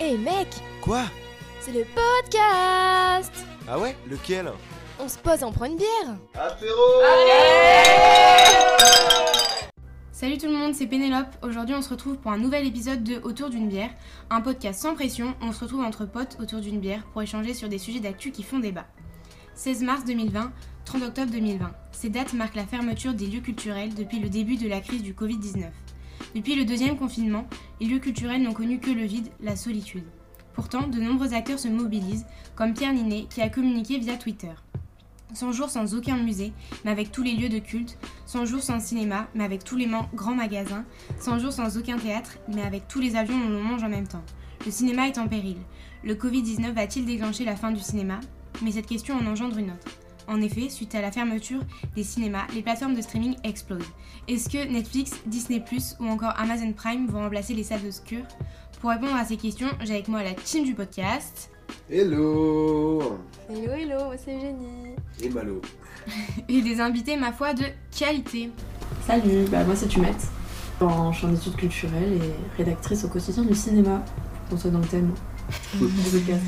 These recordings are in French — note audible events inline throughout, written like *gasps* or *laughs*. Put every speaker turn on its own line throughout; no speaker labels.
Hé mec,
Quoi
c'est le podcast
Ah ouais Lequel
On se pose, on prend une bière
Salut tout le monde, c'est Pénélope. Aujourd'hui, on se retrouve pour un nouvel épisode de Autour d'une bière, un podcast sans pression. On se retrouve entre potes autour d'une bière pour échanger sur des sujets d'actu qui font débat. 16 mars 2020, 30 octobre 2020. Ces dates marquent la fermeture des lieux culturels depuis le début de la crise du Covid-19. Depuis le deuxième confinement, les lieux culturels n'ont connu que le vide, la solitude. Pourtant, de nombreux acteurs se mobilisent, comme Pierre Ninet qui a communiqué via Twitter. 100 jours sans aucun musée, mais avec tous les lieux de culte, 100 jours sans cinéma, mais avec tous les man- grands magasins, 100 jours sans aucun théâtre, mais avec tous les avions où l'on mange en même temps. Le cinéma est en péril. Le Covid-19 va-t-il déclencher la fin du cinéma Mais cette question en engendre une autre. En effet, suite à la fermeture des cinémas, les plateformes de streaming explosent. Est-ce que Netflix, Disney ⁇ ou encore Amazon Prime vont remplacer les salles obscures Pour répondre à ces questions, j'ai avec moi la team du podcast
Hello
Hello, hello, c'est Génie
Et Malo.
et des invités, ma foi, de qualité.
Salut, bah moi c'est Tumette. En champ d'études culturelles et rédactrice au quotidien du cinéma. On soit dans le thème. Du podcast.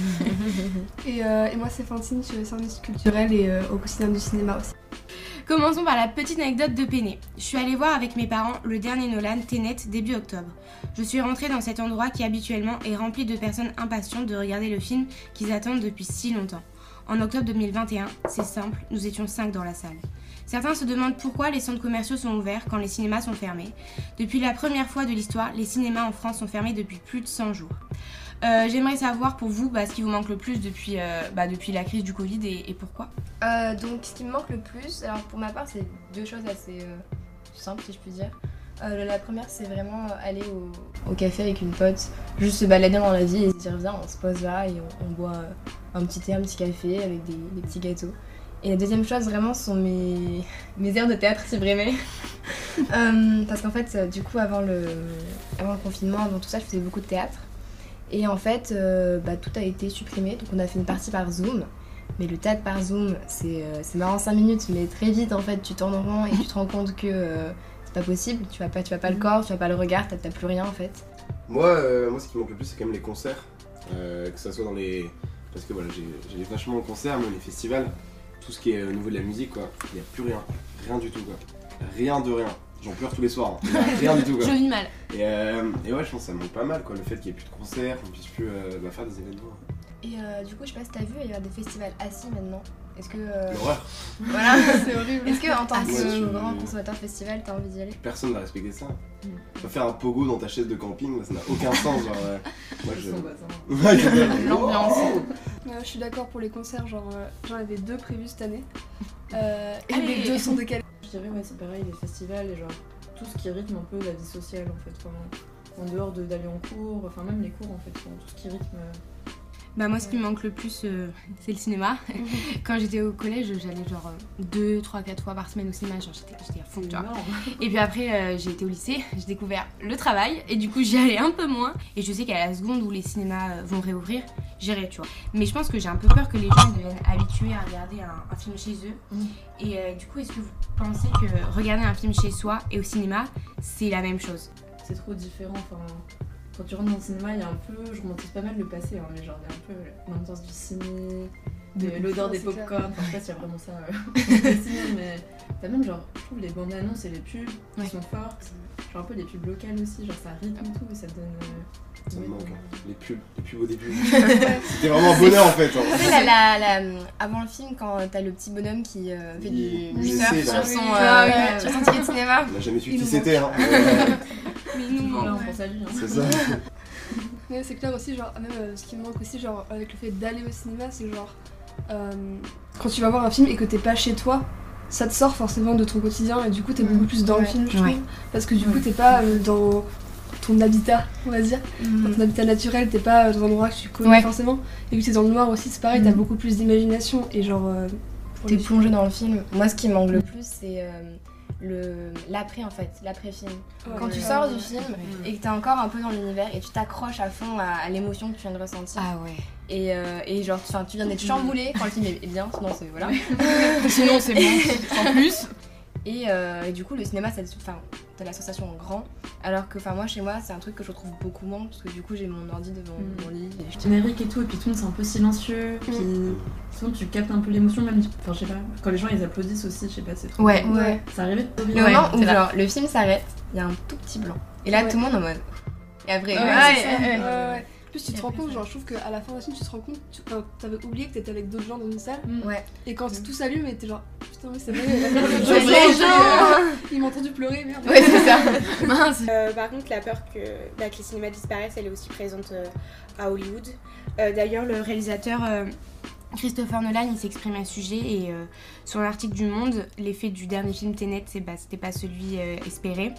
Et, euh, et moi c'est Fantine, je suis service culturel et euh, au quotidien du cinéma aussi.
Commençons par la petite anecdote de Péné. Je suis allée voir avec mes parents le dernier Nolan, Tenet, début octobre. Je suis rentrée dans cet endroit qui habituellement est rempli de personnes impatientes de regarder le film qu'ils attendent depuis si longtemps. En octobre 2021, c'est simple, nous étions 5 dans la salle. Certains se demandent pourquoi les centres commerciaux sont ouverts quand les cinémas sont fermés. Depuis la première fois de l'histoire, les cinémas en France sont fermés depuis plus de 100 jours. Euh, J'aimerais savoir pour vous bah, ce qui vous manque le plus depuis, euh, bah, depuis la crise du Covid et- et pourquoi.
Euh, donc, ce qui me manque le plus, alors pour ma part, c'est deux choses assez euh, simples, si je puis dire. Euh, la première, c'est vraiment euh, aller au, au café avec une pote, juste se balader dans la vie et se dire, viens, on se pose là et on, on boit euh, un petit thé, un petit café avec des, des petits gâteaux. Et la deuxième chose, vraiment, sont mes, *laughs* mes airs de théâtre supprimés. *laughs* Euh, parce qu'en fait, euh, du coup, avant le, avant le confinement, avant tout ça, je faisais beaucoup de théâtre. Et en fait, euh, bah, tout a été supprimé, donc on a fait une partie par Zoom. Mais le théâtre par Zoom, c'est euh, c'est marrant 5 minutes, mais très vite en fait, tu t'en rends et tu te rends compte que euh, c'est pas possible. Tu vas pas, tu vas pas le corps, tu vas pas le regard, t'as t'as plus rien en fait.
Moi, euh, moi, ce qui me manque le plus, c'est quand même les concerts. Euh, que ça soit dans les. Parce que voilà, j'ai- j'allais vachement aux concerts, même les festivals. Tout ce qui est au niveau de la musique, quoi. Il n'y a plus rien. Rien du tout, quoi. Rien de rien. J'en pleure tous les soirs. hein. Rien du
*laughs*
tout, quoi.
Je vis mal.
Et, euh, et ouais, je pense que ça me manque pas mal, quoi. Le fait qu'il n'y ait plus de concerts, qu'on puisse plus euh, bah, faire des événements.
Et euh, du coup, je sais pas si t'as vu, il y a des festivals assis maintenant. Est-ce que. euh,
L'horreur.
voilà.
C'est horrible.
Est-ce que en tant
Ouais,
que
Ah, tu-
grand consommateur festival, t'as envie d'y aller
Personne va respecter ça.
Mm.
Tu vas faire un pogo dans ta chaise de camping, ça n'a aucun sens. Genre, euh, moi,
*laughs*
je.
hein.
Ouais,
L'ambiance.
Euh, je suis d'accord pour les concerts, genre euh, j'en avais deux prévus cette année. Euh, et
Allez.
les deux sont décalés.
Je dirais ouais c'est pareil, les festivals et genre tout ce qui rythme un peu la vie sociale en fait. Enfin, en dehors de- d'aller en cours, enfin même les cours en fait, enfin, tout ce qui rythme. euh,
Bah moi ce qui me manque le plus euh, c'est le cinéma. Quand j'étais au collège j'allais genre euh, 2, 3, 4 fois par semaine au cinéma, genre j'étais j'étais à fond tu vois.
énorme.
Et puis après euh, j'ai été au lycée, j'ai découvert le travail et du coup j'y allais un peu moins. Et je sais qu'à la seconde où les cinémas euh, vont réouvrir, j'irai tu vois. Mais je pense que j'ai un peu peur que les gens deviennent habitués à regarder un, un film chez eux.
Mm.
Et euh, du coup est-ce que vous pensez que regarder un film chez soi et au cinéma c'est la même chose
c'est trop différent. Enfin, quand tu rentres dans le cinéma, il y a un peu, je romantise pas mal le passé, hein, mais genre il y a un peu l'ambiance du ciné, de
De-
l'odeur
Ouais,
des
c'est clair.
popcorn. Enfin, je sais pas s'il y a vraiment ça *laughs* euh, au ciné, mais t'as même genre, je trouve les bandes annonces et les pubs qui
Ouais.
sont fortes, genre un peu les pubs locales aussi, genre ça rythme tout et ça donne. euh,
Ça me
ouais,
manque. hein.
euh,
Les pubs, les pubs au début. *laughs* C'était vraiment un bonheur en fait. hein.
Tu sais, la- la- la- avant le film, quand t'as le petit bonhomme qui euh, fait
Oui,
du, du
je
surf
sais, là.
sur son,
Ah,
euh,
ouais.
sur son ticket de cinéma.
On n'a jamais su
Il
qui
nous
c'était,
*laughs*
hein. mais, euh,
Mais nous
Toujours là, on pense à lui. hein.
c'est ça.
Mais c'est clair aussi, genre même euh, ce qui me manque aussi, genre avec le fait d'aller au cinéma, c'est genre euh, quand tu vas voir un film et que t'es pas chez toi, ça te sort forcément de ton quotidien et du coup t'es
Mm.
beaucoup plus dans le
Ouais.
film, je
Ouais.
trouve. Parce que du coup t'es pas euh, dans ton habitat, on va dire.
Mm.
dans ton habitat naturel, t'es pas euh, dans un endroit que tu connais
Ouais.
forcément. Et que t'es dans le noir aussi, c'est pareil, t'as beaucoup plus d'imagination. Et genre, euh, pour
T'es
les-
plongé dans le film. Moi, ce qui me manque le plus, c'est euh, le l'après en fait, l'après-film. Quand tu sors du film et que t'es encore un peu dans l'univers et tu t'accroches à fond à, à l'émotion que tu viens de ressentir.
Ah ouais.
Et, euh, et genre, tu, enfin, tu viens d'être chamboulé quand le film est bien, sinon c'est voilà.
Sinon c'est bon, sans plus.
Et, euh, et du coup, le cinéma, ça- enfin, t'as la sensation en grand. Alors que enfin, moi, chez moi, c'est un truc que je retrouve beaucoup moins parce que du coup, j'ai mon ordi devant
Mm.
mon lit. Et je
Générique et tout, et puis tout le monde c'est un peu silencieux, puis souvent tu captes un peu l'émotion, même, enfin je sais pas, quand les gens ils applaudissent aussi, je sais pas, c'est trop.
Ouais.
Ouais.
Ça arrivait de trop
Le
bien.
moment où
c'est là.
genre, le film s'arrête, il y a un tout petit blanc. Et là,
Ouais.
tout le monde en mode. Et après,
Ouais,
ouais,
c'est
ouais,
Ouais,
ouais.
ouais, ouais. En plus, tu te
Et
rends
après,
compte,
ça-
genre, je trouve qu'à la fin d'un film, tu te rends compte, tu enfin, t'avais oublié que t'étais avec d'autres gens dans une salle,
Mm.
Ouais.
et quand
Mm.
tout s'allume, et t'es genre, putain, oui,
*laughs*
c'est vrai,
Ouais, les
ils
gens
m'ont entendu, euh, ils m'ont entendu pleurer, merde.
*laughs* Ouais, c'est ça.
Euh, par contre, la peur que, bah, que les cinémas disparaissent, elle est aussi présente euh, à Hollywood. Euh, D'ailleurs, le
Le réalisateur euh, Christopher Nolan, il s'exprime à ce sujet et euh, sur l'article du Monde, l'effet du dernier film Tenet, c'est bah, c'était pas celui euh, espéré.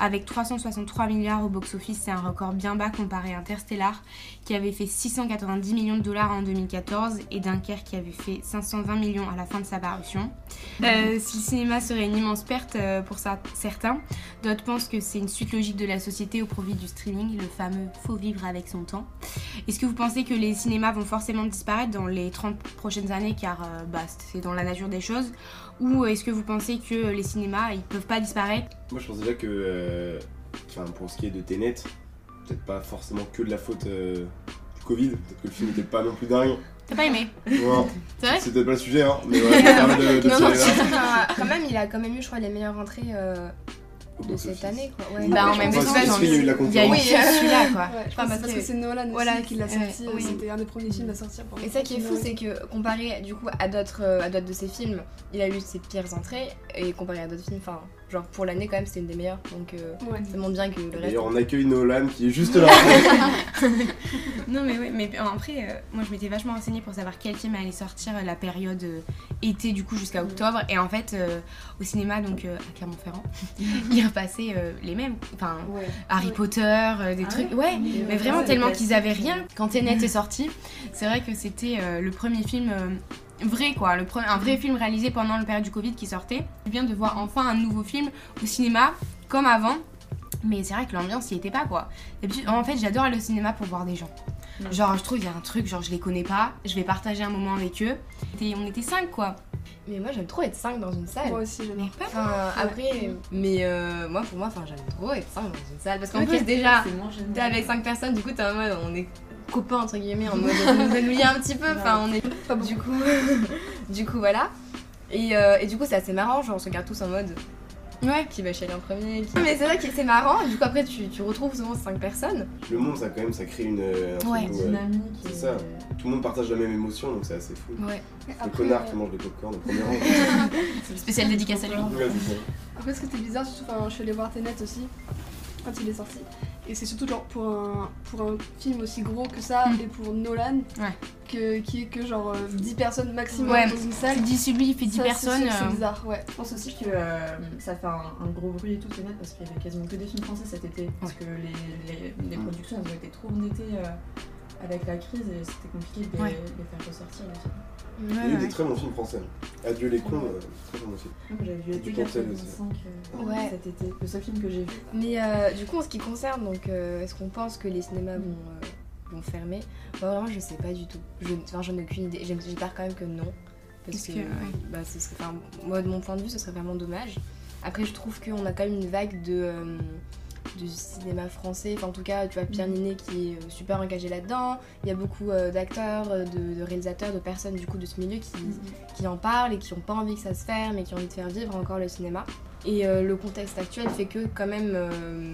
Avec 363 milliards au box-office, c'est un record bien bas comparé à Interstellar, qui avait fait 690 millions de dollars en 2014 et Dunkerque qui avait fait 520 millions à la fin de sa parution. Euh, si le cinéma serait une immense perte euh, pour ça- certains, d'autres pensent que c'est une suite logique de la société au profit du streaming, le fameux faut vivre avec son temps. Est-ce que vous pensez que les cinémas vont forcément disparaître dans les 30 prochaines années car euh, bah, c'est dans la nature des choses Ou est-ce que vous pensez que les cinémas, ils peuvent pas disparaître
Moi, je pense déjà que, euh, enfin, pour ce qui est de Tenet, peut-être pas forcément que de la faute euh, du Covid, peut-être que le film n'était pas non plus dingue.
T'as pas aimé
Non,
C'est vrai
c'est peut-être pas le sujet, hein, mais ouais, je me permets
*laughs*
de, de
Non, non,
tirer là.
enfin, quand même, il a quand même eu, je crois, les meilleures rentrées euh,
Au
de
box-office.
cette année. Quoi. Ouais.
Oui,
Bah, en
je
même
pense
temps,
que
dans
ce film, il y a eu de la
Il y a eu
concurrence.
celui-là, quoi.
Ouais, je
Enfin,
pense
parce
parce que,
que-
c'est Nolan aussi
voilà,
qui l'a
ouais,
sorti, euh,
oui.
c'était un des premiers films à sortir.
Et ça qui est fou, c'est que comparé du coup à d'autres euh, à d'autres de ses films, il a eu ses pires entrées et comparé à d'autres films, enfin genre pour l'année quand même c'était une des meilleures, donc euh,
Ouais.
ça montre bien que le reste.
D'ailleurs, on accueille Nolan qui est juste là.
*laughs* Non, mais oui, mais euh, après, euh, moi je m'étais vachement renseignée pour savoir quel film allait sortir euh, la période euh, été, du coup, jusqu'à octobre. Et en fait, euh, au cinéma, donc euh, à Clermont-Ferrand, *laughs* il repassaient euh, les mêmes. Enfin,
Ouais.
Harry Potter, euh, des
Ah
trucs.
ouais
ouais. Mais
Ouais,
vraiment
ça,
tellement
c'est
qu'ils avaient rien. Quand Tenet est sorti, c'est vrai que c'était euh, le premier film euh, vrai quoi, le pre- un vrai film réalisé pendant la période du Covid qui sortait. Je viens de voir enfin un nouveau film au cinéma comme avant. Mais c'est vrai que l'ambiance y était pas quoi. Et puis en fait j'adore aller au cinéma pour voir des gens.
Ouais.
Genre je trouve il y a un truc, genre je les connais pas, je vais partager un moment avec eux. Et on était cinq quoi.
Mais moi j'aime trop être 5 dans une salle.
Moi aussi, j'aime.
Mais pas
Enfin, après, mais euh, moi pour moi, enfin j'aime trop être 5 dans une salle parce qu'en
Ok.
plus déjà
C'est moins gênant.
t'es avec 5 personnes, du coup t'es en mode on est copains entre guillemets, en mode on nous anouille un petit peu, enfin on est
Pas beaucoup.
Du coup, *laughs* du coup voilà. Et, euh, et du coup, c'est assez marrant, genre on se regarde tous en mode. Ouais. Qui va chialer en premier qui- Mais c'est vrai que c'est marrant, du coup après tu, tu retrouves souvent 5 personnes.
le monde, ça, quand même, ça crée une. euh, un truc
Ouais.
où, euh,
Dynamique.
C'est
et-
ça. tout le monde partage la même émotion, donc c'est assez fou.
Ouais.
Le
Après,
connard
euh,
qui mange le popcorn au premier rang. Ouais,
spécial dédicace à lui.
c'est ça.
Après, ce qui était bizarre, surtout, enfin, je suis allée voir Tenet aussi, quand il est sorti. Et c'est surtout genre pour un, pour un film aussi gros que ça,
Mm.
et pour Nolan,
Ouais.
que, qui est que genre euh, 10 personnes maximum
Ouais.
dans une
Tu
salle.
dis celui, il fait 10
ça, c'est
personnes.
sûr que C'est
euh,
bizarre, ouais.
Je pense aussi que euh, ça fait un, un gros bruit et tout, c'est net, parce qu'il y avait quasiment que des films français cet été. Parce que les, les,
Mmh.
les productions elles ont été trop endettées euh, avec la crise et c'était compliqué de les,
Ouais.
les faire ressortir. Les films.
ouais,
Il y a eu
ouais.
des très bons films français. Adieu les cons, euh, très bon film.
Moi, J'avais vu
Et
été
du cocktail
85 euh,
Ouais.
cet été, le seul film que j'ai vu.
Mais euh, du coup, en ce qui concerne, donc euh, est-ce qu'on pense que les cinémas vont, euh, vont fermer Moi vraiment, je sais pas du tout. Je- Enfin, j'en ai aucune idée. J'aime- J'espère quand même que non. Parce
Parce
que,
que, ouais.
bah, ce serait, enfin, moi, de mon point de vue, ce serait vraiment dommage. Après, je trouve qu'on a quand même une vague de. euh, du cinéma français, enfin en tout cas tu vois Pierre
Mm.
Ninet qui est euh, super engagé là-dedans, il y a beaucoup euh, d'acteurs, euh, de, de réalisateurs, de personnes du coup de ce milieu qui,
Mhm.
qui en parlent et qui n'ont pas envie que ça se ferme et qui ont envie de faire vivre encore le cinéma. Et euh, le contexte actuel fait que quand même, euh,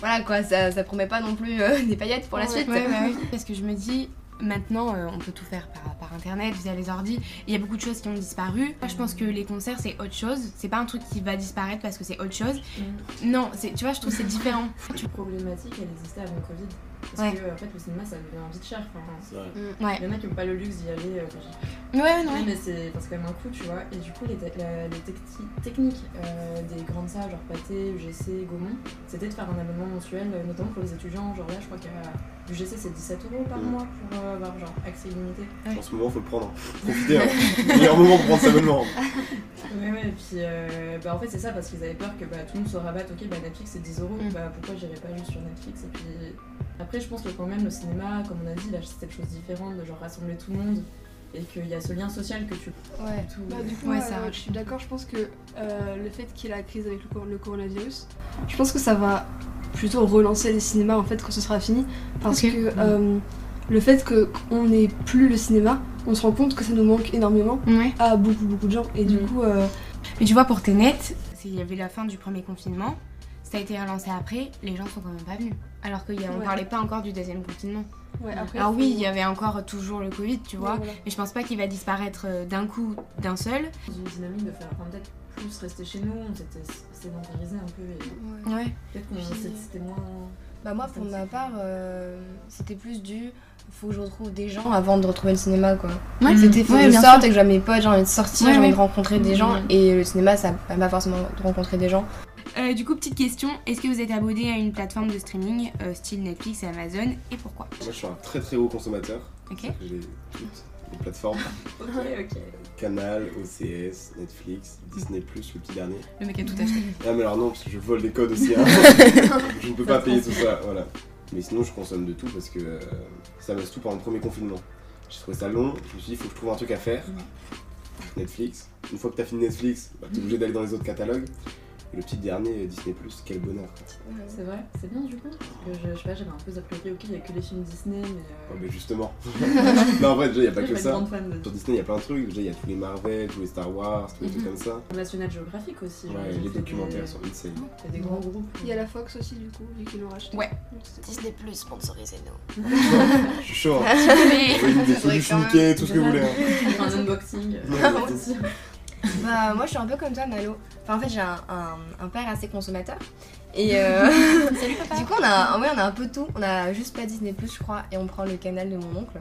voilà quoi, ça, ça promet pas non plus euh, *laughs* des paillettes pour la
Ouais,
suite.
Ouais, ouais, ouais. Parce que je me dis, maintenant, euh, on peut tout faire par, par internet, via les ordi. Il y a beaucoup de choses qui ont disparu. Moi, je pense que les concerts, c'est autre chose. C'est pas un truc qui va disparaître parce que c'est autre chose. Non, c'est- tu vois, je trouve que c'est différent.
Cette problématique, elle existait avant le Covid. Parce que en fait, le cinéma, ça devient vite cher. Enfin,
C'est vrai.
il y en a qui n'ont pas le luxe d'y aller. euh, quand j'ai-
Ouais,
Oui,
non.
mais c'est parce que quand même un coup, tu vois. Et du coup, les, te- la- les techti- techniques euh, des grandes salles, genre Pathé, UGC, Gaumont, c'était de faire un abonnement mensuel, euh, notamment pour les étudiants. Genre là, je crois qu'à UGC, c'est 17 euros par
Mhm.
mois pour euh, avoir genre accès illimité.
En ce moment, faut le prendre. Profitez, hein. meilleur moment pour prendre hein. sa abonnement.
Ouais, ouais, et puis euh, bah, en fait, c'est ça parce qu'ils avaient peur que bah, tout le monde se rabatte. Ok, bah, Netflix c'est 10 euros,
Mm.
bah, pourquoi j'irais pas juste sur Netflix Et puis après, je pense que quand même, le cinéma, comme on a dit, là, c'était des choses différentes de genre rassembler tout le monde. et qu'il y a ce lien social que tu
Ouais.
tout-
Bah, du coup,
Ouais,
euh,
ça
je suis d'accord, je pense que euh, le fait qu'il y ait la crise avec le, cor- le coronavirus, je pense que ça va plutôt relancer les cinémas en fait quand ce sera fini. Parce
Ok.
que euh, le fait que- qu'on n'ait plus le cinéma, on se rend compte que ça nous manque énormément
Mm. Ouais.
à beaucoup beaucoup de gens. Et du
Mm.
Mhm.
coup, euh,
Mais tu vois, pour Tenet, c'est- il y avait la fin du premier confinement, ça a été relancé après, les gens sont quand même pas venus. Alors qu'on
Ouais.
parlait pas encore du deuxième confinement.
ouais, après,
Alors Ah oui, il
faut-
y avait encore toujours le Covid, tu vois,
Ouais, voilà.
mais je pense pas qu'il va disparaître euh, d'un coup, d'un seul.
dans une dynamique de faire enfin, peut-être plus rester chez nous, on s'était sédentarisé un peu et
Ouais.
Ouais.
peut-être qu'on
Puis-
c'était- c'était moins.
Bah moi pour ma part, euh, c'était plus du faut que je retrouve des gens avant de retrouver le cinéma quoi.
Mm.
Mhm. Ouais,
C'était faut que je
bien
sorte et que j'ai mes potes, j'ai envie de sortir,
Ouais,
j'ai envie
ouais.
de rencontrer des gens
Mhm.
et le cinéma ça va pas forcément de rencontrer des gens.
Euh, du coup, petite question, est-ce que vous êtes abonné à une plateforme de streaming euh, style Netflix et Amazon et pourquoi
Moi, je suis un très très haut consommateur.
Ok.
C'est-à-dire que J'ai toutes les plateformes
Ok, ok.
Canal, OCS, Netflix, Disney, le petit dernier.
Le mec a tout acheté.
Ah, mais alors non, parce que je vole des codes aussi.
*laughs*
hein. je ne peux pas payer tout ça, voilà. Mais sinon, je consomme de tout parce que euh, ça passe tout pendant le premier confinement. J'ai trouvé ça long, je me suis dit, il faut que je trouve un truc à faire. Netflix. Une fois que t'as fini Netflix, bah, t'es obligé d'aller dans les autres catalogues. Et le petit dernier, euh, Disney, quel bonheur. quoi.
C'est vrai, c'est bien du coup. Parce que je, je sais pas, j'avais un peu d'a priori, ok, il y a que les films Disney, mais.
Ouais,
Euh,
Ah, Oh, mais
*laughs*
justement. non, en vrai, déjà, il n'y a pas
je suis
que
pas une
ça.
grande fan de
Sur Disney, il y a plein de trucs. Déjà, il y a tous les Marvel, tous les Star Wars, tous les trucs
Mhm.
comme ça.
National Geographic aussi. genre,
Ouais,
ils ont
les
fait des-
documentaires sont insane.
Il y a des grands groupes.
Il y a la Fox aussi, du coup, vu qu'ils l'ont racheté.
Ouais.
Disney Plus, sponsorisez-nous.
je suis chaud. hein.
*laughs*
*laughs*
Oui, des solutions Mickey, tout ce que vous voulez. hein.
un unboxing. *laughs*
Ouais, ouais.
aussi.
Bah moi je suis un peu comme toi Malo. Enfin en fait j'ai un, un- un père assez consommateur et euh, du coup on a, ouais, on a un peu tout. On a juste pas Disney je crois et on prend le canal de mon oncle.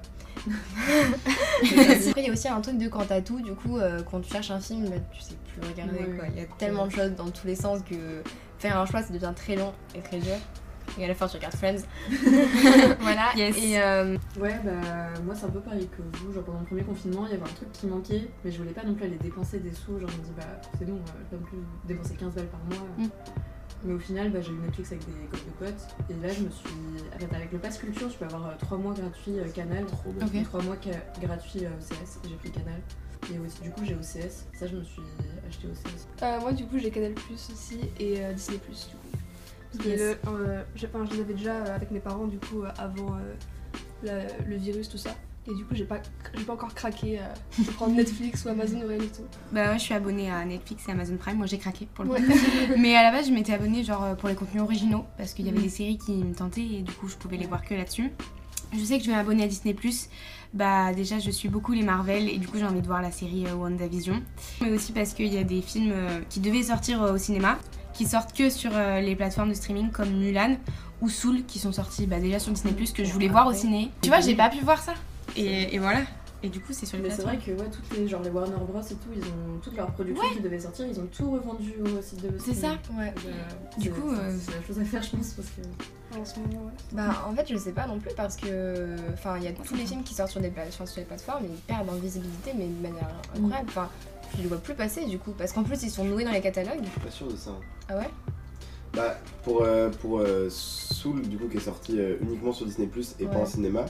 Après il y a aussi un truc de quand t'as tout du coup euh, quand tu cherches un film bah, tu sais plus le regarder
Ouais,
quoi. Il y a tellement de choses dans tous les sens que faire un choix ça devient très long et très dur. Et à la fin tu regardes Friends. *laughs* voilà.
Yes.
Et euh,
Ouais, bah moi c'est un peu pareil que vous. Genre pendant le premier confinement, il y avait un truc qui manquait, mais je voulais pas non plus aller dépenser des sous. Genre je me dis, bah c'est bon, euh, je vais pas non plus dépenser 15 balles par mois.
Mm.
Mais au final, bah, j'ai eu Netflix avec des groupes de potes. Et là, je me suis. En fait, avec le Pass Culture, je peux avoir 3 mois gratuits euh, Canal. Trop
bien. Ok.
3 mois ca- gratuits euh, OCS. J'ai pris Canal. Et aussi, du coup, j'ai OCS. Ça, je me suis acheté OCS.
Euh, moi, du coup, j'ai Canal Plus aussi et euh, Disney Plus, du coup. Parce que
Yes.
le- euh, j'ai- enfin, je les avais déjà euh, avec mes parents, du coup, euh, avant euh, la- le virus, tout ça. Et du coup, j'ai pas, j'ai pas encore craqué euh, de prendre
*laughs*
Netflix ou Amazon ou rien du tout.
Bah ouais, je suis abonnée à Netflix et Amazon Prime, moi j'ai craqué pour le coup. Mais à la base, je m'étais abonnée genre euh, pour les contenus originaux parce qu'il y avait
Mhm.
des séries qui me tentaient et du coup, je pouvais les voir que là-dessus. Je sais que je vais m'abonner à Disney Bah déjà, je suis beaucoup les Marvel et du coup, j'ai envie de voir la série euh, WandaVision. Mais aussi parce qu'il y a des films euh, qui devaient sortir euh, au cinéma qui sortent que sur euh, les plateformes de streaming comme Mulan ou Soul qui sont sortis bah, déjà sur Disney que je voulais voir au ciné. Tu vois, j'ai pas pu voir ça. Et, et voilà. Et du coup, c'est sur les
Mais c'est vrai
plateformes.
que ouais, toutes les, genre les Warner Bros et tout, ils ont toutes leurs productions qui devaient sortir, ils ont tout revendu au site de
C'est ça.
ouais.
Du
Du
coup,
coup,
euh,
c'est la chose à faire, je pense, parce que
*laughs* En ce moment, ouais.
Bah en fait je sais pas non plus parce que enfin il y a tous les films qui sortent sur des pla- sur sur les plateformes ils perdent en visibilité mais de manière
Mm.
incroyable enfin je les vois plus passer du coup parce qu'en plus ils sont noués dans les catalogues
Je suis pas sûr de ça. hein.
ah ouais
Bah, pour, euh, pour euh, Soul, du coup, qui est sorti euh, uniquement sur Disney et pas
Ouais.
en cinéma,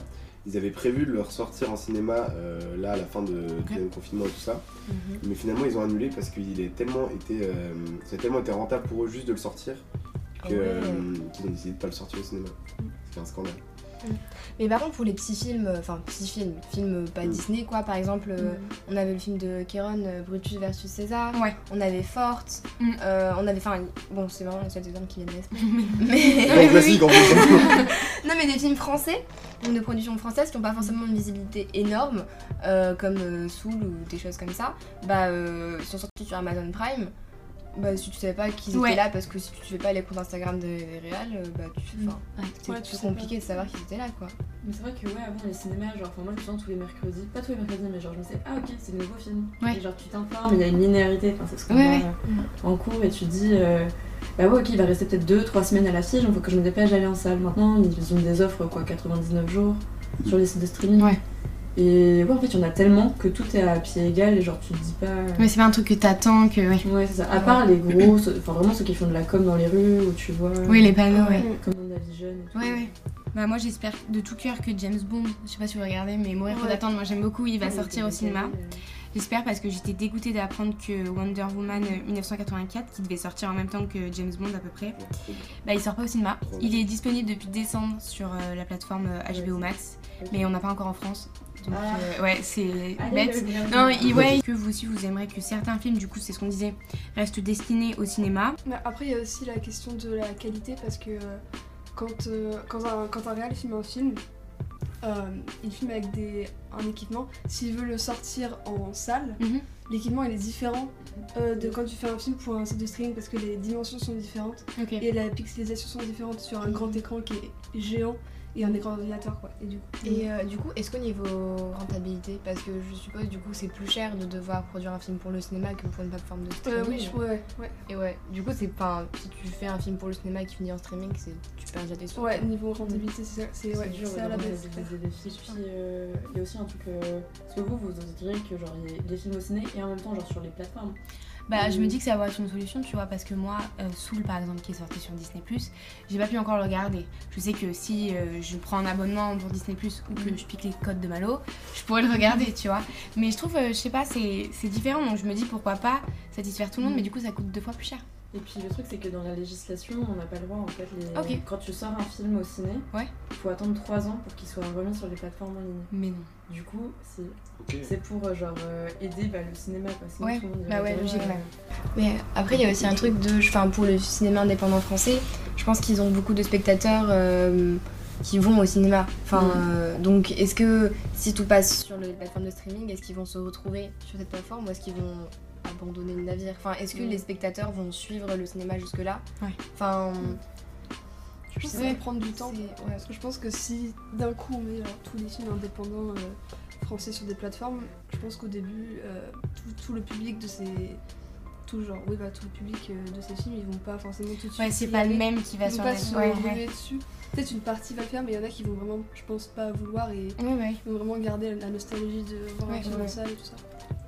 ils avaient prévu de le ressortir en cinéma euh, là à la fin de, du deuxième confinement et tout ça.
Mhm.
Mais finalement, ils ont annulé parce qu'il est tellement été, euh, ça a tellement été rentable pour eux juste de le sortir que,
Ah ouais.
euh, qu'ils ont décidé de pas le sortir au cinéma. C'est un scandale.
Ah mais par contre pour les petits films euh, enfin petits films films euh, pas
Mm.
Disney quoi par exemple euh,
Mm.
on avait le film de Kéron euh, Brutus versus César
Ouais.
on avait Forte
Mm.
euh, on avait enfin bon c'est vraiment les seuls exemples qui
*laughs*
viennent à l'esprit
C'est
mais
un classique en plus.
Non mais des films français, donc de production française qui n'ont pas forcément une visibilité énorme, euh, comme euh, Soul ou des choses comme ça, bah euh, ils sont sortis sur Amazon Prime. Bah si tu savais pas qu'ils étaient
Ouais.
là parce que si tu suivais pas les comptes Instagram des des réals, euh, bah tu enfin, c'était
Ouais, tu
plus
sais
compliqué de savoir qu'ils étaient là quoi.
Mais c'est vrai que ouais, avant les cinémas, genre, enfin, moi je me souviens tous les mercredis, pas tous les mercredis, mais genre je me disais, ah ok, c'est le nouveau film.
Ouais.
Et genre tu t'informes, il y a une linéarité, enfin, c'est ce qu'on
Ouais,
a
ouais.
euh, en cours, et tu dis, euh, bah ouais, ok, il va rester peut-être 2-3 semaines à l'affiche, il faut que je me dépêche d'aller en salle maintenant. Ils ont des offres, quoi, 99 jours sur les sites de streaming.
Ouais.
Et ouais, en fait, il y en a tellement que tout est à pied égal, et genre tu te dis pas.
Mais c'est pas un truc que t'attends que. ouais.
Ouais, c'est ça. À part les gros, ceux- enfin vraiment ceux qui font de la com dans les rues, où tu vois.
Oui, les panneaux, ouais.
Comme on a Vision et tout.
Ouais, ouais. Bah moi j'espère de tout cœur que James Bond, je sais pas si vous regardez, mais Mourir faut
Ouais.
d'attendre, moi j'aime beaucoup, il va
Ouais,
sortir au
c'était
cinéma.
décalé, euh.
J'espère parce que j'étais dégoûtée d'apprendre que Wonder Woman euh, 1984, qui devait sortir en même temps que James Bond à peu près,
*laughs*
bah il sort pas au cinéma.
Trop
Il est disponible depuis décembre sur euh, la plateforme euh, HBO Max,
Ok.
mais on n'a pas encore en France. Donc
Ah.
euh, ouais, c'est
Allez,
bête.
le bien.
Non, il- ouais, que vous aussi vous aimerez que certains films, du coup c'est ce qu'on disait, restent destinés au cinéma.
Mais après, il y a aussi la question de la qualité parce que euh, quand, euh, quand, un, quand un réal filme un film, euh, il filme avec des, un équipement. S'il veut le sortir en salle,
Mhm.
l'équipement il est différent euh, de quand tu fais un film pour un site de streaming parce que les dimensions sont différentes
Ok.
et la pixelisation sont différentes sur un grand écran qui est géant et un écran d'ordinateur quoi. Et du coup,
Et euh, du coup, est-ce qu'au niveau rentabilité, parce que je suppose du coup c'est plus cher de devoir produire un film pour le cinéma que pour une plateforme de streaming.
Euh, oui, je- ouais, ouais,
Et ouais, du coup c'est pas un- si tu fais un film pour le cinéma qui finit en streaming, c'est tu perds déjà tes sous.
ouais, niveau rentabilité, c'est ça- c'est
C'est
ouais,
dur
c'est
de
à la
rendre
base.
des- des- des films, puis, euh, il y a aussi un truc. euh, parce que vous, vous direz que genre il y a des films au ciné et en même temps genre sur les plateformes.
Bah, je me
Mm.
dis que ça va être une solution, tu vois, parce que moi, euh, Soul, par exemple, qui est sorti sur Disney, j'ai pas pu encore le regarder. Je sais que si euh, je prends un abonnement pour Disney, ou que je pique les codes de Malo, je pourrais le regarder, tu vois. Mais je trouve, euh, je sais pas, c'est c'est différent, donc je me dis pourquoi pas satisfaire tout le monde,
Mm.
mais du coup, ça coûte deux fois plus cher.
Et puis le truc c'est que dans la législation, on n'a pas le droit en fait. Les...
Ok.
Quand tu sors un film au ciné,
Ouais.
faut attendre 3 ans pour qu'il soit remis sur les plateformes en ligne.
Mais non.
Du coup, c'est
Ok.
c'est pour euh, genre euh, aider bah, le cinéma parce que
Ouais,
tout le monde
bah ouais,
dirait,
logique,
euh,
ouais.
Mais après, il y a aussi un truc de. Enfin, pour le cinéma indépendant français, je pense qu'ils ont beaucoup de spectateurs euh, qui vont au cinéma. Enfin,
Mm.
Mhm.
euh, donc, est-ce que si tout passe sur les plateformes de streaming, est-ce qu'ils vont se retrouver sur cette plateforme ou est-ce qu'ils vont abandonner le navire Enfin, est-ce que
Mm.
Mhm.
les spectateurs vont suivre le cinéma jusque-là
Ouais.
Enfin,
Je pense que
Ouais.
Mm. ça va prendre du temps.
c'est- ouais.
Parce que je pense que si d'un coup on met genre, tous les films indépendants euh, français sur des plateformes, je pense qu'au début, euh, tout, tout le public de ces. Tout, genre, oui, bah, tout le public euh, de ces films, ils vont pas forcément tout de suite.
Ouais, c'est
y
pas le
aller.
même qui va
Ils vont
sur
pas
la-
se
ouais,
ruer
ouais.
dessus. Peut-être une partie va le faire, mais il y en a qui vont vraiment, je pense, pas vouloir et
Ouais, ouais.
vont vraiment garder la nostalgie de voir
Ouais,
un film en
ouais.
salle et tout ça.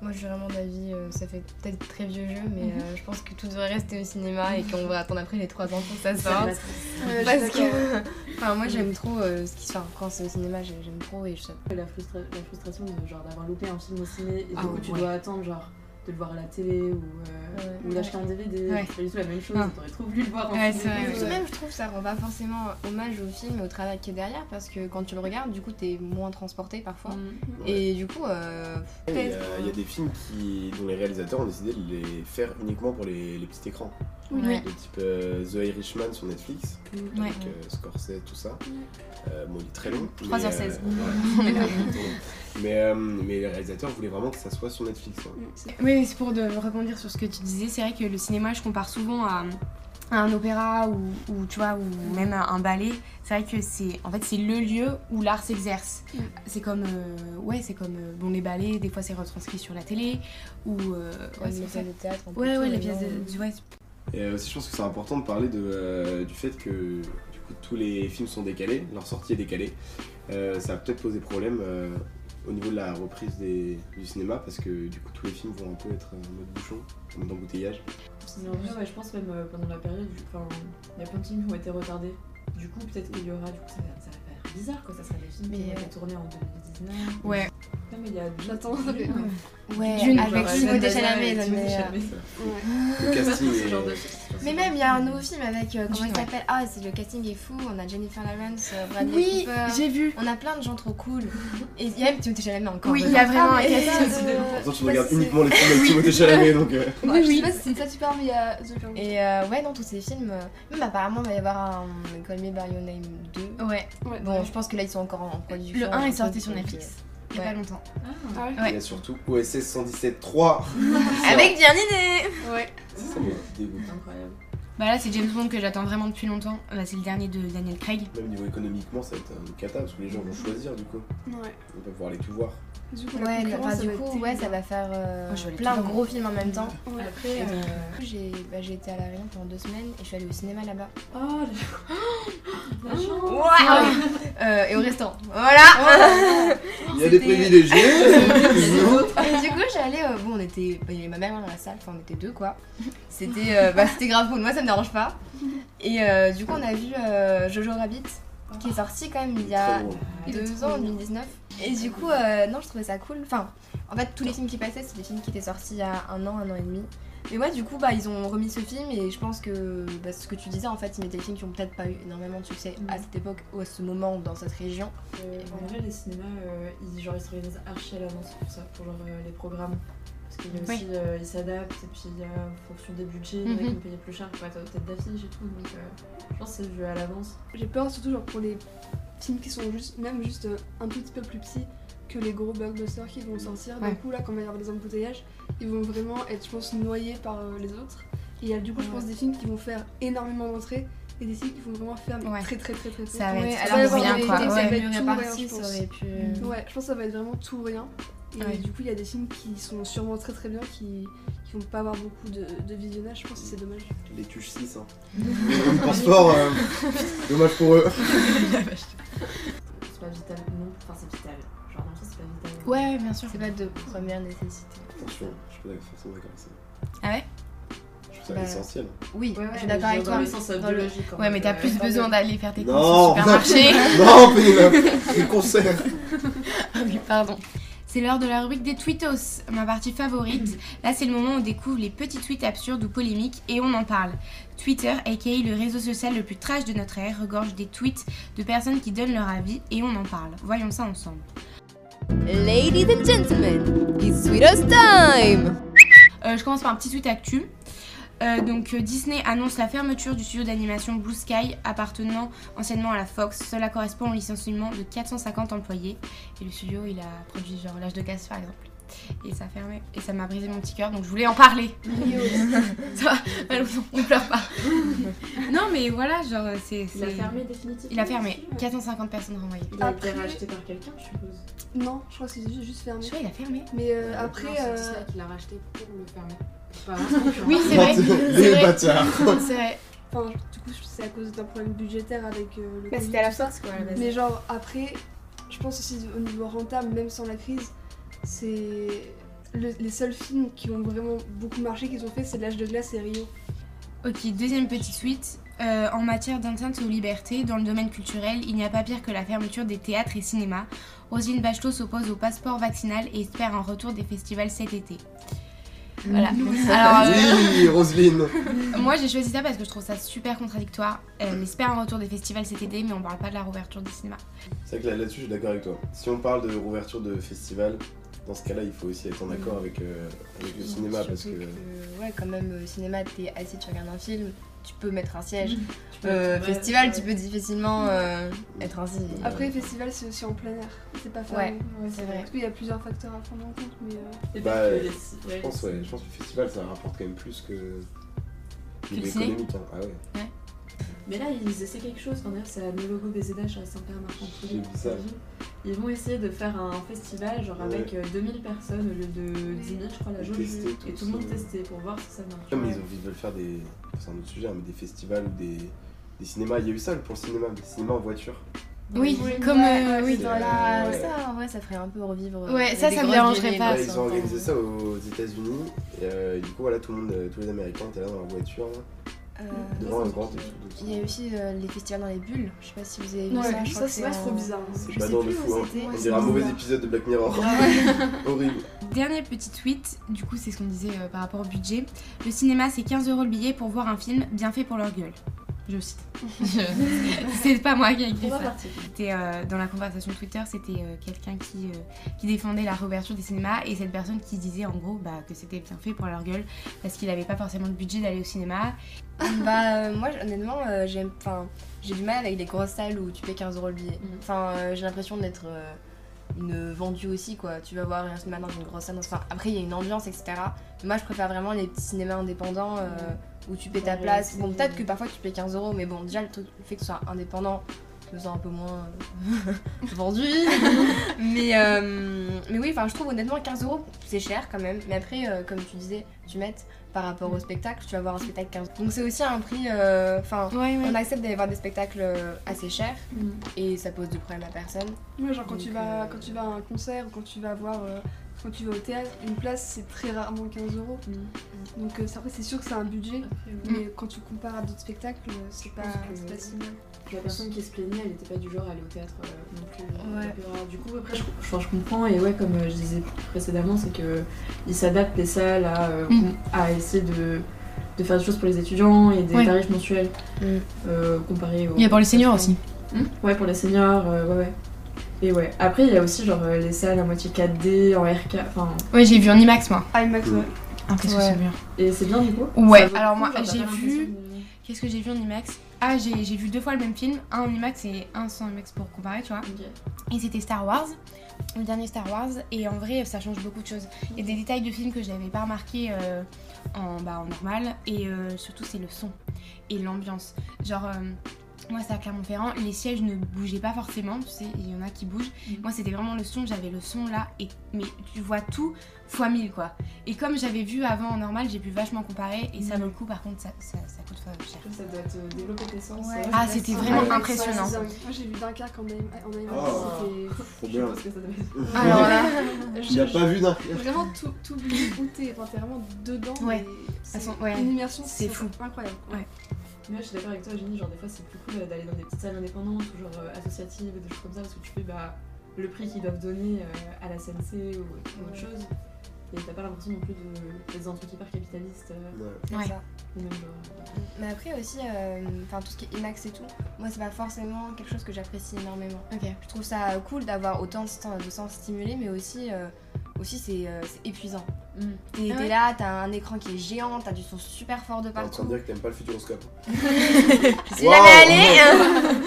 moi, je suis vraiment d'avis, euh, ça fait peut-être très vieux jeu, mais
Mm-hmm.
euh, je pense que tout devrait rester au cinéma et qu'on va attendre après les 3 ans pour que ça
ça
sorte.
Oh,
reste-
Parce que, enfin, moi j'aime trop euh, ce qui se fait. Quand c'est au cinéma, j'ai- j'aime trop et je sais
la, frustra- la frustration de genre d'avoir loupé un film au ciné et du
Ah
coup tu
ouais.
dois attendre genre de le voir à la télé ou, euh,
Ouais.
ou d'acheter un DVD,
Ouais.
c'est pas du tout la même chose,
Non.
t'aurais trop voulu le voir en
Ouais,
ciné. Mm.
c'est vrai,
Et puis
ouais.
même, je trouve ça rend pas forcément hommage au film et au travail qui est derrière parce que quand tu le regardes, du coup, t'es moins transporté parfois.
Mm.
Et du coup, euh,
Il y, a, il y a des films qui, dont les réalisateurs ont décidé de les faire uniquement pour les, les petits écrans.
Oui.
De type euh, The Irishman sur Netflix,
Ouais.
avec euh, Scorsese, tout ça. Euh, bon, il est très long.
3h16.
mais, euh, voilà. mais, euh, mais les réalisateurs voulaient vraiment que ça soit sur Netflix. hein.
Mm, c'est-
Oui, mais c'est pour de rebondir sur ce que tu disais. C'est vrai que le cinéma, je compare souvent à, à un opéra ou, ou, tu vois, ou même à un ballet. C'est vrai que c'est en fait c'est le lieu où l'art s'exerce.
Mm.
C'est comme euh, ouais, c'est comme euh, bon les ballets. Des fois, c'est retranscrit sur la télé ou euh, ouais, c'est
les
pour ça.
pièces de théâtre, on peut
Ouais,
tout,
ouais, les
les
pièces
gens,
de. Ouais,
Et euh, aussi, je pense que c'est important de parler de, euh, du fait que du coup, tous les films sont décalés, leur sortie est décalée. Euh, ça a peut-être posé problème euh, au niveau de la reprise des- du cinéma parce que du coup, tous les films vont un peu être en mode bouchon, en mode embouteillage.
Mais en vrai, ouais, je pense même euh, pendant la période, du- enfin, il y a plein de films qui ont été retardés. Du coup, peut-être qu'il y aura, du coup, ça, va- ça va faire bizarre, quoi. Ça sera des films qui
Mais,
ont été
euh,
tournés en 2019.
Ouais.
Non, mais il y a
J'attends.
Ouais,
Dune,
avec
genre,
Timothée
Zendaya
Chalamet.
et
non,
Timothée
mais, euh,
Chalamet.
Le casting
*laughs* Ce
*laughs*
genre de
est.
film.
Mais même, il y a un nouveau film avec. euh, comment
Dune,
il
ouais.
s'appelle Ah, c'est le casting est fou. On a Jennifer Lawrence, euh, Bradley
Oui,
Cooper.
j'ai vu.
On a plein de gens trop cool. Et il y a même Timothée Chalamet encore.
Oui, il y a vraiment un
mais-
casting.
Pourtant, tu
Ouais,
regardes
c'est-
uniquement les films avec Timothée Chalamet donc. euh,
Ouais, Je sais pas si c'est de ça que tu parles, mais il y a The Crown.
Et euh, ouais, dans tous ces films, euh, même apparemment, il va y avoir un Call Me By Your Name 2.
Ouais.
Ouais.
Bon, je pense que là, ils sont encore en production.
Le 1 est
Donc,
sorti sur
donc, euh,
Netflix. Il y a
Ouais.
pas longtemps.
Ah,
Ah ouais.
Ouais.
Il y a surtout OSS 117-3.
euh, Avec Dianine
Ouais.
Ça, ça me dégoûte.
c'est incroyable.
Bah là, c'est James Bond que j'attends vraiment depuis longtemps. Bah, c'est le dernier de Daniel Craig.
Même niveau économiquement, ça va être une cata parce que les gens vont choisir du coup.
Ouais.
On va pouvoir aller tout voir.
Oh,
Du coup, la
Ouais, le-
concurrence,
enfin,
ça
du
va être
coup,
terrible.
ouais, ça va faire euh,
Moi, je vais aller
plein
tout
de
voir.
gros films en même temps.
Ouais.
Après, euh,
J'ai bah, j'ai été à la Réunion pendant deux semaines et je suis allée au cinéma là-bas.
*gasps* oh, la, la chance.
*laughs*
Euh, et au restaurant. Voilà
Il y a des
*laughs*
C'était-
privilégiés.
Et du coup, j'allais. euh, bon, on était. bah, Il y avait ma mère dans la salle, enfin, on était deux quoi. C'était euh, bah, c'était grave cool, moi ça me dérange pas. Et euh, du coup, on a vu euh, Jojo Rabbit. qui est sorti quand même il y a
Très drôle.
Il est
deux
trop
ans, en
mignon.
2019. Et du coup, euh, non, je trouvais ça cool. Enfin, en fait, tous les films qui passaient, c'est des films qui étaient sortis il y a un an, un an et demi. Mais ouais, du coup, bah, ils ont remis ce film et je pense que bah, ce que tu disais, en fait, ils mettaient des films qui ont peut-être pas eu énormément de succès à cette époque ou à ce moment ou dans cette région.
Euh, en vrai, les cinémas, euh, ils, genre, ils se réalisent archi à l'avance pour ça, pour genre, euh, les programmes. Parce qu'il y a
Oui.
aussi, euh, ils s'adaptent, et puis il y a, en fonction des budgets, il y en a qui
Mhm.
vont payer plus cher pour être en tête d'affiche et tout. Donc, euh, je pense que c'est vu à l'avance.
J'ai peur surtout genre pour les films qui sont juste, même juste euh, un tout petit peu plus petits que les gros blockbusters qui vont sortir. D'un
Ouais.
coup là, quand il va y avoir des embouteillages, ils vont vraiment être, je pense, noyés par euh, les autres. Et il y a du coup, je
Ouais.
pense, des films qui vont faire énormément d'entrées et des films qui vont vraiment faire mais
Ouais.
très très Ah très très peu.
Ça va
Ouais,
être
va y
alors
trop
avoir
bien,
des-
quoi.
des-
Ouais.
ça va
mieux
être tout
réparti,
rien, je
ça
pense. Mm.
aurait pu. euh,
Ouais, je pense que ça va être vraiment tout rien. Et
Ouais.
du coup, il y a des films qui sont sûrement très très bien qui, qui vont pas avoir beaucoup de, de visionnage. Je pense que c'est dommage.
Les tuches 6, *laughs* hein. On y pense fort,
*laughs*
euh, dommage pour eux.
C'est pas vital non Enfin, c'est vital. Genre, dans le sens, c'est pas vital.
*laughs* Ouais, bien sûr.
C'est pas de première nécessité.
Attention, je suis pas forcément d'accord avec ça.
Ah ouais
Je trouve ça
Bah,
essentiel.
Oui,
Ouais, ouais,
je suis
mais
d'accord avec
dans
toi.
le sens, euh,
Dans le-
biologique, en
Ouais, mais
fait,
t'as
euh,
plus
dans
besoin
le-
d'aller faire tes courses
Non.
au supermarché.
*laughs* Non, Pénélope, les concerts.
Ah oui, pardon. C'est l'heure de la rubrique des tweetos, ma partie favorite. Là, c'est le moment où on découvre les petits tweets absurdes ou polémiques et on en parle. Twitter, aka le réseau social le plus trash de notre ère, regorge des tweets de personnes qui donnent leur avis et on en parle. Voyons ça ensemble.
Ladies and gentlemen, it's Sweetos time!
Euh, je commence par un petit tweet actu. Euh, donc euh, Disney annonce la fermeture du studio d'animation Blue Sky appartenant anciennement à la Fox. Cela correspond au licenciement de 450 employés. Et le studio, il a produit genre L'âge de casse par exemple. Et ça a fermé. Et ça m'a brisé mon petit cœur, donc je voulais en
*laughs*
parler. ça va, Malheureusement, on pleure pas. non mais voilà, genre euh, c'est... *laughs*
Il a
c'est-
fermé définitivement.
Il a fermé.
le film
450 personnes renvoyées.
Il a
Après-
été racheté par quelqu'un, je suppose.
Non, je crois que c'est ju- juste
Je
fermé.
crois qu'il a
*laughs*
fermé.
Mais euh,
Non,
après,
c'est
euh,
Disney qui l'a racheté pour le
*laughs*
fermer. Pas vraiment, tu vois.
Oui, c'est vrai.
Les
vrai.
bâtards.
C'est vrai.
enfin, du coup, c'est à cause d'un problème budgétaire avec euh, le.
Bah,
Covid,
c'était à la
tout ça.
Fox
Mm.
quoi à la base.
Mais genre après, je pense aussi au niveau rentable, même sans la crise, c'est le- les seuls films qui ont vraiment beaucoup marché qu'ils ont fait, c'est L'âge de glace et Rio.
Ok, deuxième petite suite. Euh, en matière d'atteinte aux libertés, dans le domaine culturel, il n'y a pas pire que la fermeture des théâtres et cinémas. Roselyne Bachelot s'oppose au passeport vaccinal et espère un retour des festivals cet été. Voilà.
*laughs*
Alors, euh,
Oui, Roselyne.
moi j'ai choisi ça parce que je trouve ça super contradictoire. Elle espère un retour des festivals cet été, mais on parle pas de la rouverture des cinémas.
C'est vrai que là- là-dessus, je suis d'accord avec toi. Si on parle de rouverture de festival, dans ce cas-là, il faut aussi être en accord avec, euh, avec le cinéma parce que.
Surtout que, ouais, quand même, euh, cinéma, t'es assis, tu regardes un film, tu peux mettre un siège.
Tu peux-
Euh,
ouais,
festival,
ouais.
tu peux difficilement euh, être ainsi.
Après, les festivals, c'est aussi en plein air, c'est pas fermé.
Ouais.
Ouais,
C'est vrai.
Parce qu'il y a plusieurs facteurs à prendre en compte, mais euh,
Et
Bah,
parce que
euh,
les-
Je pense, ouais, je pense que le festival, ça rapporte quand même plus que.
le
niveau
ciné
économique, hein. Ah ouais.
Mais là, ils essaient quelque chose. Enfin, D'ailleurs, c'est le logo BZH à Saint-Pierre-Marchand.
J'ai vu ça.
Ils vont essayer de faire un festival genre
Ouais.
avec euh, 2000 personnes au lieu de
Oui.
10 000, je crois, la
Et
jauge.
tester tout
Et tout le monde
ça.
tester pour voir si ça marche.
Comme ils, ont- ils veulent faire des. C'est un autre sujet, hein, mais des festivals ou des, des cinémas. Il y a eu ça pour le cinéma, mais cinéma en voiture.
Oui,
Ouais,
comme. euh,
ouais,
oui.
c'est dans la-
Ouais.
Ça, ouais, ça ferait un peu revivre. euh,
Ouais, ça,
des
ça me
grosses
dérangerait
violences,
pas.
Ouais, ils ont
hein,
organisé
quand-
ça aux États-Unis. Et, euh, et du coup, voilà, tout le monde, euh, tous les Américains étaient là dans leur voiture, là,
Euh,
devant
ça,
un
c'est
grand
compliqué.
et tout, donc
Il y a
ça-
aussi euh, les festivals dans les bulles. Je sais pas si vous avez vu ça. je crois
ça,
que
c'est pas
en-
trop bizarre.
C'est
Je
pas
sais
dans
plus
le
où
fou, hein.
c'était.
On
Ouais,
dirait un
c'est
mauvais
bizarre. Ah,
épisode de Black Mirror. *laughs* Horrible.
Dernier petit tweet, du coup c'est ce qu'on disait euh, par rapport au budget. Le cinéma c'est 15 euros le billet pour voir un film bien fait pour leur gueule. Je cite. Je- c'est pas moi qui ai écrit ça. C'était euh, dans la conversation Twitter, c'était euh, quelqu'un qui, euh, qui défendait la réouverture des cinémas et cette personne qui disait en gros bah, que c'était bien fait pour leur gueule parce qu'il n'avait pas forcément le budget d'aller au cinéma.
*laughs* Bah euh, moi honnêtement euh, j'aime enfin j'ai du mal avec les grosses salles où tu payes 15 euros le billet.
Mhm.
Enfin euh, j'ai l'impression d'être euh, une vendue aussi quoi. Tu vas voir un cinéma dans une grosse salle. dans- Enfin après il y a une ambiance etc. Mais moi je préfère vraiment les petits cinémas indépendants euh, où tu payes ta
Ouais,
place.
c'est-
Bon peut-être que parfois tu payes 15 euros mais bon déjà le, truc, le fait que ce soit indépendant je me sens un peu moins euh,
*laughs*
*laughs* vendue. mais euh, mais oui enfin je trouve honnêtement 15 euros c'est cher quand même. Mais après euh, comme tu disais tu mets par rapport au spectacle, tu vas voir un spectacle 15. Donc c'est aussi un prix, euh, enfin,
Ouais, Mm.
on accepte d'aller voir des spectacles euh, assez chers
Mhm.
et ça pose du problème à personne.
moi, genre quand
Donc,
tu vas
euh,
quand tu vas à un concert ou quand tu vas voir euh, quand tu vas au théâtre, une place c'est très rarement 15 euros.
Mmh.
Donc euh, c'est- après c'est sûr que c'est un budget, mais quand tu compares à d'autres spectacles, euh, c'est pas,
pense que-
c'est pas si mal.
La personne qui se plaignait, elle n'était pas du genre à aller au théâtre euh, non plus. euh,
Ouais.
d'opéra. Du coup, après, je, enfin, je comprends. Et ouais, comme euh, je disais précédemment, c'est que ils s'adaptent les salles à, euh,
Mm.
à essayer de, de faire des choses pour les étudiants et des
Ouais.
tarifs mensuels
Mm.
euh, comparés aux.
Il y a pour les seniors aussi.
Hmm ouais, pour les seniors, euh, ouais, ouais. Et ouais. Après, il y a aussi genre euh, les salles à moitié 4D, en RK. Enfin,
Ouais, j'ai vu en IMAX moi.
IMAX, ouais.
Ah, qu'est-ce que
Ouais.
c'est bien.
et c'est bien du coup.
Ouais,
Ça vaut le
alors
coup,
moi,
genre, t'as
j'ai
pas
vu-
l'impression de-
Qu'est-ce que j'ai vu en IMAX Ah, j'ai j'ai vu deux fois le même film, un en IMAX et un sans IMAX pour comparer, tu vois.
Ok.
Et c'était Star Wars, le dernier Star Wars, et en vrai, ça change beaucoup de choses. Il y a des détails de films que je n'avais pas remarqué euh, en, bah, en normal, et euh, surtout, c'est le son et l'ambiance. Genre. euh, moi, c'était à Clermont-Ferrand, les sièges ne bougeaient pas forcément, tu sais, il y en a qui bougent.
Mhm.
Moi, c'était vraiment le son, j'avais le son là, et, mais tu vois tout fois 1000, quoi. Et comme j'avais vu avant en normal, j'ai pu vachement comparer, et ça
Mhm.
vaut le coup, par contre, ça, ça, ça coûte fort cher.
Ça doit te développer tes sens.
Ouais.
euh,
Ah,
je
c'était
pense.
vraiment
Ah, ouais,
impressionnant.
ouais,
Moi j'ai vu Dunkerque en IMAX, en IMAX,
Oh.
c'était-
Trop
Je
bien.
pense que ça devait être-
Ah, Alors là,
*laughs*
Il n'a pas vu d'un.
Vraiment tout, tout oublié où t'es, enfin, t'es vraiment dedans.
Ouais.
mais c'est
sont- ouais.
Une immersion,
C'est fou.
Incroyable.
Ouais.
Mais ouais, je suis d'accord avec toi, Jenny, genre des fois c'est plus cool euh, d'aller dans des petites salles indépendantes ou genre euh, associatives ou des choses comme ça parce que tu fais bah, le prix qu'ils doivent donner euh, à la CNC ou, ou autre chose et t'as pas l'impression non plus de d'être un truc hyper capitaliste euh,
Ouais.
c'est
Ouais.
ça.
ou même genre.
Mais après aussi, euh, enfin tout ce qui est IMAX et tout, moi c'est pas forcément quelque chose que j'apprécie énormément.
Ok.
Je trouve ça cool d'avoir autant de, sta- de sens stimulés, mais aussi, euh, aussi c'est euh, c'est épuisant.
Mm.
T'es
Ah
t'es
ouais
là, t'as un écran qui est géant, t'as du son super fort de
T'es en train
partout.
de dire que t'aimes pas le futuroscope.
J'y
Wow.
avais allé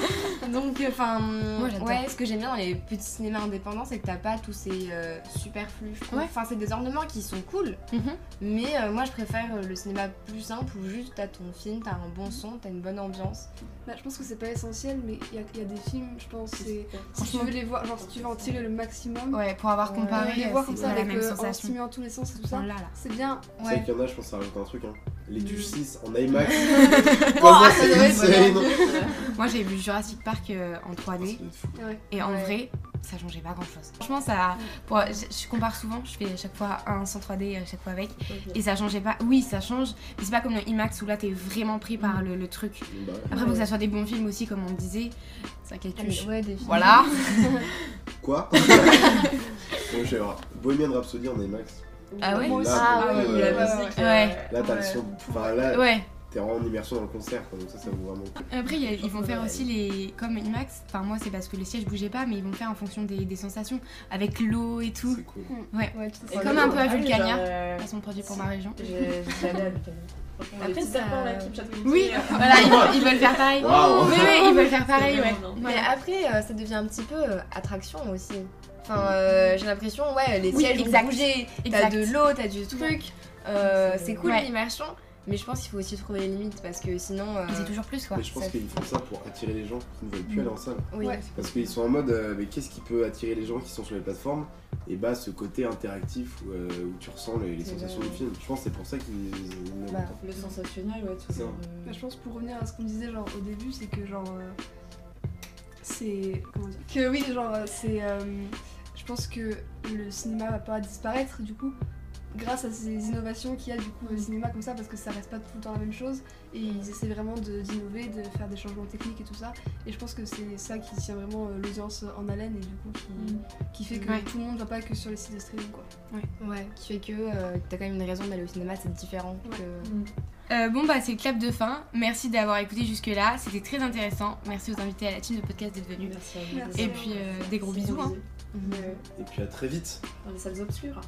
Donc euh, enfin,
Moi, j'adore.
ouais, ce que j'aime bien dans les petits cinémas indépendants, c'est que t'as pas tous ces euh, superflus. je trouve.
Ouais.
Enfin, c'est des ornements qui sont cool,
Mhm.
mais euh, moi je préfère euh, le cinéma plus simple où juste t'as ton film, t'as un bon son, t'as une bonne ambiance.
Bah, je pense que c'est pas essentiel, mais il y, a- il y a des films, je pense, c'est-
*laughs*
si tu
Franchement.
veux les voir, genre si tu veux en tirer le maximum,
Ouais, pour avoir
Ouais.
comparé,
les voir comme
c'est
ça
pas la
avec
même
euh, en
sensation.
stimulant tous les sens et tout ça,
Enfin, là, là.
c'est bien.
C'est
Ouais.
vrai qu'il y en a, je pense, ça rajoute un truc. Hein. Les
Mm.
Tuches 6 en
*laughs*
IMAX. Comment c'est insane
Moi, j'ai vu Jurassic Park euh, en
Ah
3D,
Ouais.
et en
Ouais.
vrai, ça changeait pas grand chose. Franchement, ça. pour- je, je compare souvent, je fais à chaque fois un sans 3D, à chaque fois avec,
Ok.
et ça changeait pas. Oui, ça change, mais c'est pas comme dans IMAX où là, t'es vraiment pris par le, le truc.
Bah ouais.
Après, faut que ça soit des bons films aussi, comme on le disait. Ça qu'elle
Ah, mais
tuche.
ouais, des films.
Voilà.
*laughs*
Quoi *laughs* Bon, je vais voir. Bohemian Rhapsody en IMAX.
Ah ouais
Là,
Ah
pour le
ouais,
coup,
il
euh,
a
là,
musique,
Ouais.
euh,
t'as le
Ouais.
son. Enfin, là,
Ouais.
t'es vraiment en immersion dans le concert. quoi, Donc, ça, ça vaut vraiment le coup.
Après, il y a- ils vont faire aussi les. Comme IMAX, enfin, moi, c'est parce que les sièges bougeaient pas, mais ils vont faire en fonction des, des sensations, avec l'eau et tout.
C'est cool.
Ouais, tout
Et
Comme un peu à
Ah oui,
Vulcania.
genre, euh,
Façon produit pour ma région.
j'ai- J'allais à Vulcania.
Après,
Après,
ça-
c'est là qui me chatouille.
*laughs*
Oui, voilà, ils, veulent- ils veulent faire pareil.
Waouh.
Oui, oui, ils veulent faire pareil, ouais.
vraiment
Mais
Voilà.
après, euh, ça devient un petit peu euh, attraction aussi. Enfin, euh, j'ai l'impression, ouais, les
Mm. Oui,
sièges vont
exact.
bouger, t'as
Exact.
de l'eau, t'as du truc. Euh,
C'est-
c'est cool
Ouais.
l'immersion, mais je pense qu'il faut aussi trouver les limites parce que sinon. euh,
C'est toujours plus, quoi.
Mais je pense
ça- Mm.
qu'ils font ça pour attirer les gens qui ne veulent plus aller en salle.
Oui.
Ouais.
Parce qu'ils sont en mode, euh, mais qu'est-ce qui peut attirer les gens qui sont sur les plateformes Et bah, ce côté interactif où, euh, où tu ressens les, les
C'est
sensations
vrai.
du film. Je pense que c'est pour ça qu'ils ils innovent
Bah.
autant.
Le sensationnel, ouais, tout
C'est
ça. euh, mm.
vrai.
Bah, je pense pour revenir à ce qu'on disait genre au début, c'est que genre euh, c'est comment dire que oui genre euh, c'est euh, je pense que le cinéma va pas disparaître du coup grâce à ces innovations qu'il y a du coup au cinéma comme ça parce que ça reste pas tout le temps la même chose et ils essaient vraiment de- d'innover, de, faire des changements techniques et tout ça et je pense que c'est ça qui tient vraiment euh, l'audience en haleine et du coup
Mm.
qui, qui fait que
Ouais.
tout le monde va pas que sur les sites de streaming quoi.
Ouais, qui fait que euh, t'as quand même une raison d'aller au cinéma, c'est différent
Ouais.
que.
Mm.
Euh, bon, bah, c'est le clap de fin. Merci d'avoir écouté jusque-là. C'était très intéressant. Merci aux invités à la team de podcast d'être venus.
Merci à vous.
Merci.
Et puis, euh, des gros bisous. hein.
Mais, euh,
Et puis à très vite
Dans les salles obscures.